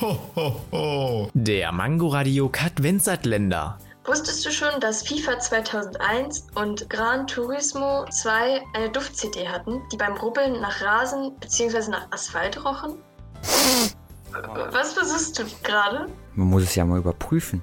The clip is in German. Ho, ho, ho. Der Mangoradio Katwenzatländer. Wusstest du schon, dass FIFA 2001 und Gran Turismo 2 eine Duft-CD hatten, die beim Rubbeln nach Rasen bzw. nach Asphalt rochen? Was versuchst du gerade? Man muss es ja mal überprüfen.